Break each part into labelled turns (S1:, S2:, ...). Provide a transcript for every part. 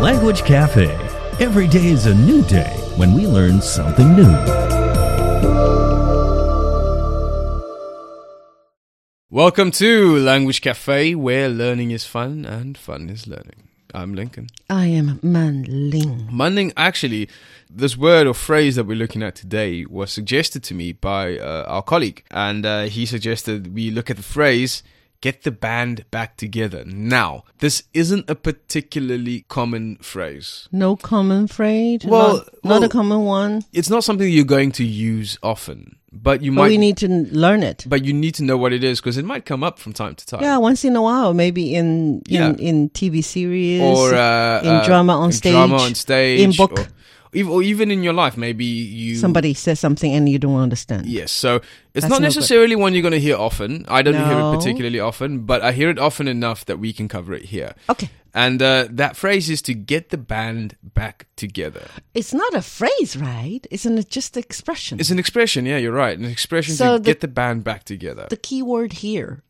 S1: Language Cafe. Every day is a new day when we learn something new.
S2: Welcome to Language Cafe, where learning is fun and fun is learning. I'm Lincoln.
S3: I am Manling.
S2: Manning, actually, this word or phrase that we're looking at today was suggested to me by uh, our colleague, and uh, he suggested we look at the phrase get the band back together. Now, this isn't a particularly common phrase.
S3: No common phrase.
S2: Well-
S3: not, not
S2: well-
S3: a common one.
S2: It's not something you're going to use often, but you
S3: But
S2: might
S3: we need to n- learn it.
S2: but you need to know what it is because it might come up from time to time.
S3: Yeah, once in a while, maybe in in,
S2: Yeah.
S3: in TV series
S2: or uh,
S3: in
S2: uh,
S3: drama on
S2: in
S3: stage,
S2: drama on stage,
S3: in book.
S2: or, ev- or even in your life. Maybe you
S3: somebody says something and you don't understand.
S2: Yes, so it's
S3: That's
S2: not
S3: no good.
S2: necessarily one you're going to hear often. I don't hear it
S3: No.
S2: particularly often, but I hear it often enough that we can cover it here.
S3: Okay,
S2: And uh, that phrase is to get the band back together.
S3: it's not a phrase, right? Isn't it just expression?
S2: It's an expression. Yeah, you're right. An expression
S3: So
S2: to
S3: the-
S2: get the band back together.
S3: the key word here,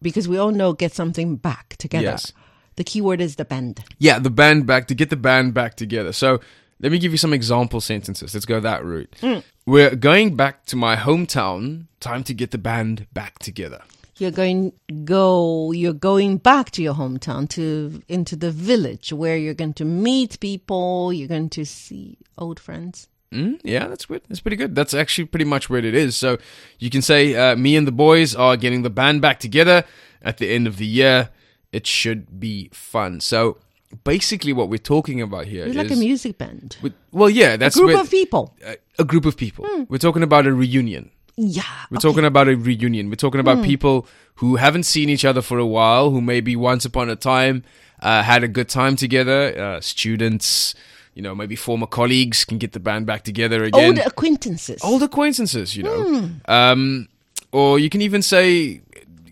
S3: because we all know get something back together.
S2: Yes.
S3: The key word is the band.
S2: Yeah, the band back to get the band back together. So let me give you some example sentences. Let's go that route.
S3: Hmm.
S2: We're going back to my hometown. Time to get the band back together.
S3: You're going go. You're going back to your hometown to into the village where you're going to meet people. You're going to see old friends.
S2: Mm, yeah, that's good. That's pretty good. That's actually pretty much what it is. So you can say, uh, "Me and the boys are getting the band back together at the end of the year. It should be fun." So basically, what we're talking about here
S3: It's
S2: is
S3: like a music band,
S2: we- well, yeah, that's
S3: group
S2: where-
S3: of Hmm. people.
S2: a- a group of people. We're talking about a reunion.
S3: Yeah,
S2: We're talking about a reunion. We're talking
S3: Hmm.
S2: about people who haven't seen each other for a while, who maybe once upon a time uh, had a good time together. Uh, students, you know, maybe former colleagues can get the band back together again.
S3: old Hmm. acquaintances.
S2: Old acquaintances, you know. Um, or you can even say,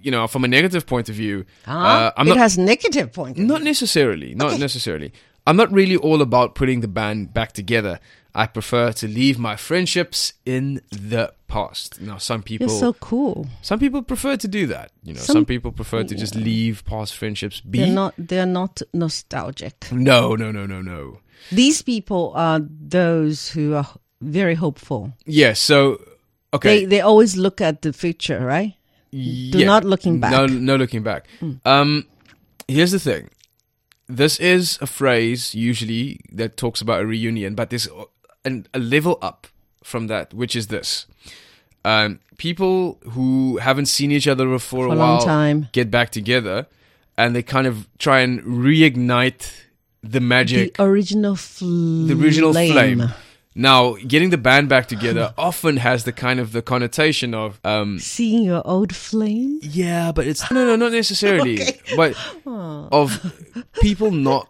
S2: you know, from a negative point of view,
S3: Ah,
S2: uh, I'm
S3: it
S2: not,
S3: has negative point.
S2: not necessarily, not necessarily. I'm not really all about putting the band back together. I prefer to leave my friendships in the past. Now, some people
S3: You're so cool.
S2: some people prefer to do that. You know, some,
S3: Some-
S2: people prefer to just leave past friendships be.
S3: They're not. They're not nostalgic.
S2: no, no, no, no, no.
S3: These people are those who are very hopeful.
S2: Yeah. So,
S3: They
S2: okay.
S3: they always look at the future, right?
S2: do
S3: not looking back. Hmm.
S2: No, no looking back. Um, here's the thing. This is a phrase usually that talks about a reunion, but there's a- an, a level up from that, which is this. Um, people who haven't seen each other for,
S3: For
S2: a
S3: a
S2: while
S3: long time.
S2: get back together, and they kind of try and reignite the magic
S3: The original flame.
S2: the original flame. Now, getting the band back together often has the kind of the connotation of um
S3: Seeing your old flame.
S2: yeah, but it's no, no, not necessarily, but of people not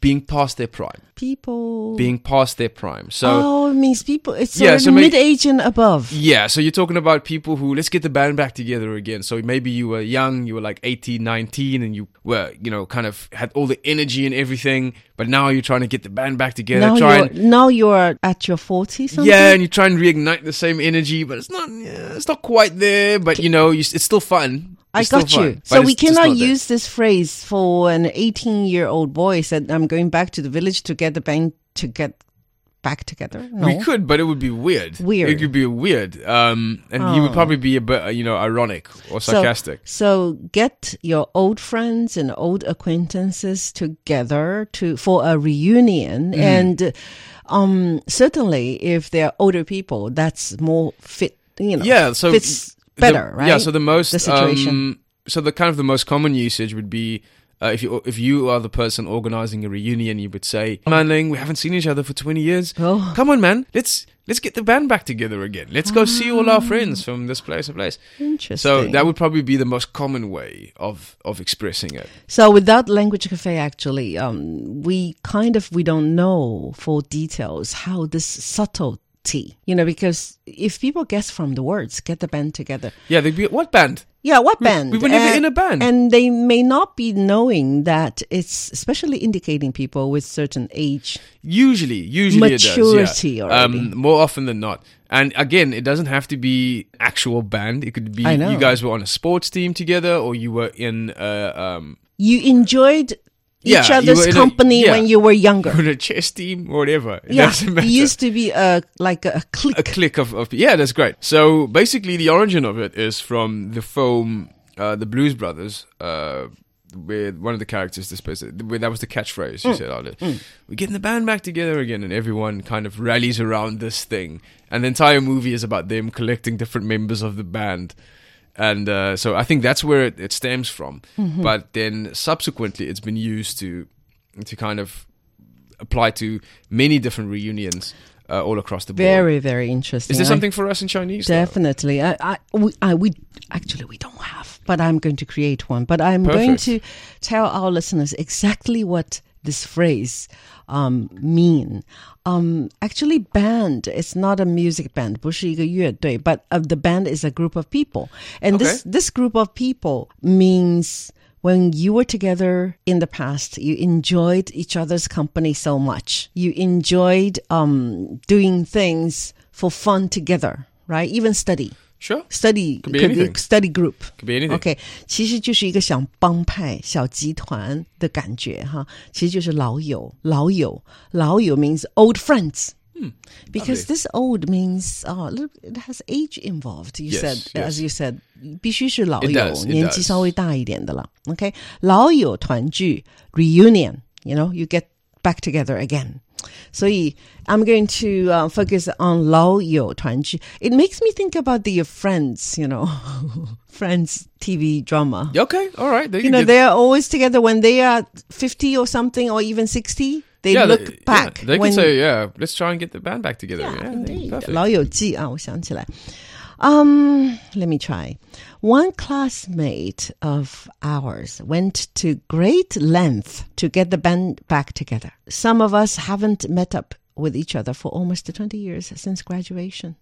S2: being past their prime,
S3: people.
S2: being past their prime. So
S3: oh, it means people. It's
S2: Yeah,
S3: sort of
S2: so may-
S3: mid-age and above.
S2: Yeah, so you're talking about people who let's get the band back together again. So maybe you were young, you were like 18, 19 and you were, you know, kind of had all the energy and everything, but now you're trying to get the band back together,
S3: now
S2: try
S3: you're
S2: and
S3: now you're at your forty something.
S2: Yeah, and you try and reignite the same energy, but it's not yeah, it's not quite there. But you know, you, it's still fun.
S3: I
S2: It's still
S3: got you.
S2: fun, but
S3: So
S2: it's
S3: we
S2: just not
S3: cannot
S2: there.
S3: use this phrase for an 18 year old boy said, I'm going back to the village to get the band to get back together. No.
S2: We could, but it would be weird.
S3: Weird. Oh.
S2: It could be weird. Um, and you would probably be a bit, uh, you know, ironic or
S3: So-
S2: sarcastic.
S3: So, get your old friends and old acquaintances together to for a reunion,
S2: Mm.
S3: and um, certainly if they're older people, that's more fit. You know,
S2: yeah. So
S3: fits
S2: the-
S3: better, right?
S2: Yeah. So the most
S3: The situation.
S2: Um, so the kind of the most common usage would be. Uh, if you if you are the person organizing a reunion, you would say, "Manling, we haven't seen each other for twenty years.
S3: Oh.
S2: Come on, man, let's let's get the band back together again. Let's go see all our friends from this place and place."
S3: interesting.
S2: So that would probably be the most common way of of expressing it.
S3: So without language cafe, actually, um, we kind of we don't know for details how this subtlety, you know, because if people guess from the words, get the band together.
S2: Yeah, they'd be what band?
S3: Yeah, what band?
S2: we were never in a band.
S3: and they may not be knowing that it's especially indicating people with certain age.
S2: Usually, usually it does.
S3: Maturity
S2: Yeah.
S3: already.
S2: Um, more often than not. And again, it doesn't have to be actual band. It could be
S3: I know.
S2: you guys were on a sports team together, or you were in. Uh, um,
S3: You enjoyed
S2: Yeah,
S3: each
S2: you
S3: other's
S2: were in a-
S3: company
S2: yeah.
S3: when you were younger.
S2: on a chess team or whatever. It
S3: yeah,
S2: doesn't
S3: it
S2: matter.
S3: used to be a like a clique.
S2: a click of, of yeah that's great so basically the origin of it is from the film uh, the blues brothers uh, where one of the characters this person where that was the catchphrase you said earlier we're getting the band back together again and everyone kind of rallies around this thing and the entire movie is about them collecting different members of the band and uh, so i think that's where it, it stems from but then subsequently it's been used to to kind of apply to many different reunions uh, all across the board
S3: very very interesting.
S2: is there
S3: I-
S2: something for us in Chinese? though?
S3: Definitely. I, I, we, I, we actually we don't have, but I'm going to create one. But I'm going to
S2: Perfect.
S3: tell our listeners exactly what this phrase um, mean. Um, actually, band. It's not a music band, 不是一个乐队, but uh, the band is a group of people, and this
S2: Okay.
S3: this group of people means. When you were together in the past, you enjoyed each other's company so much. You enjoyed um, doing things for fun together, right? Even study.
S2: Sure.
S3: study
S2: be
S3: could be
S2: anything.
S3: study group
S2: Could be anything.
S3: OK，其实就是一个小帮派、小集团的感觉哈，其实就是老友、老友、老友 means old friends。Because
S2: Hmm.
S3: this old means oh, look, it has age involved. You
S2: Yes,
S3: said,
S2: yes.
S3: as you said, 必须是老
S2: It
S3: 友
S2: does, it
S3: 年纪
S2: does.
S3: 稍微大一点的了。OK，老友团聚 reunion. You know, you get back together again. 所以 I'm going to uh, focus on 老友团聚 It makes me think about the uh, Friends, you know, Friends TV drama.
S2: Okay. All right. There you,
S3: You know,
S2: get-
S3: they are always together when they are 50 or something, or even 60. They
S2: yeah,
S3: look
S2: they-
S3: back.
S2: yeah, they
S3: when,
S2: can say, yeah, let's try and get the band back together.
S3: yeah,
S2: Yeah,
S3: indeed.
S2: perfect.
S3: 老友记啊，我想起来。Um, let me try. One classmate of ours went to great length to get the band back together. Some of us haven't met up with each other for almost 20 years since graduation.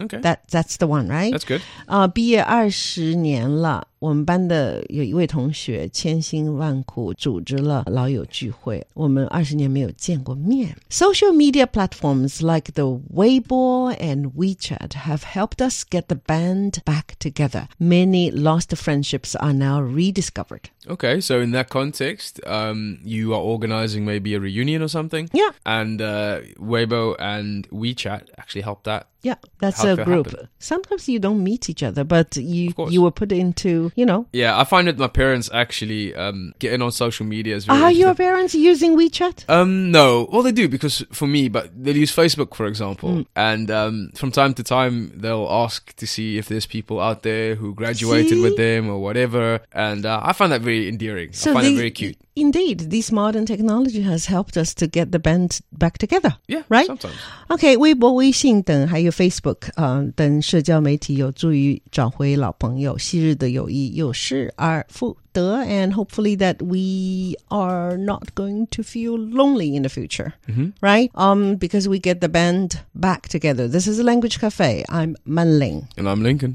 S2: Okay.
S3: That that's the one, right?
S2: That's good.
S3: 啊、毕业二十年了，我们班的有一位同学千辛万苦组织了老友聚会，我们二十年没有见过面。Social media platforms like the Weibo and WeChat have helped us get the band back together. Many lost friendships are now rediscovered.
S2: Okay. So in that context, um, you are organizing maybe a reunion or something.
S3: Yeah.
S2: And uh, Weibo and WeChat actually helped that.
S3: Yeah, that's
S2: How'd
S3: a
S2: that
S3: group.
S2: happen?
S3: Sometimes you don't meet each other, but you
S2: Of course.
S3: you were put into, you know.
S2: Yeah, I find that my parents actually um, getting on social media is very.
S3: Are your
S2: interesting.
S3: parents using WeChat?
S2: Um, no. Well, they do because for me, but they'll use Facebook, for example,
S3: Hmm.
S2: and um, from time to time they'll ask to see if there's people out there who graduated
S3: See?
S2: with them or whatever, and uh, I find that very endearing. I find
S3: the-
S2: that very cute.
S3: Indeed, this modern technology has helped us to get the band back together.
S2: Yeah,
S3: right.
S2: Sometimes.
S3: OK，微博、微信等还有 Facebook 啊、呃等社交媒体有助于找回老朋友，昔日的友谊有失而复得。And hopefully that we are not going to feel lonely in the future,
S2: Mm-hmm.
S3: right? Um, because we get the band back together. This is a language cafe. I'm Manling.
S2: And I'm Lincoln.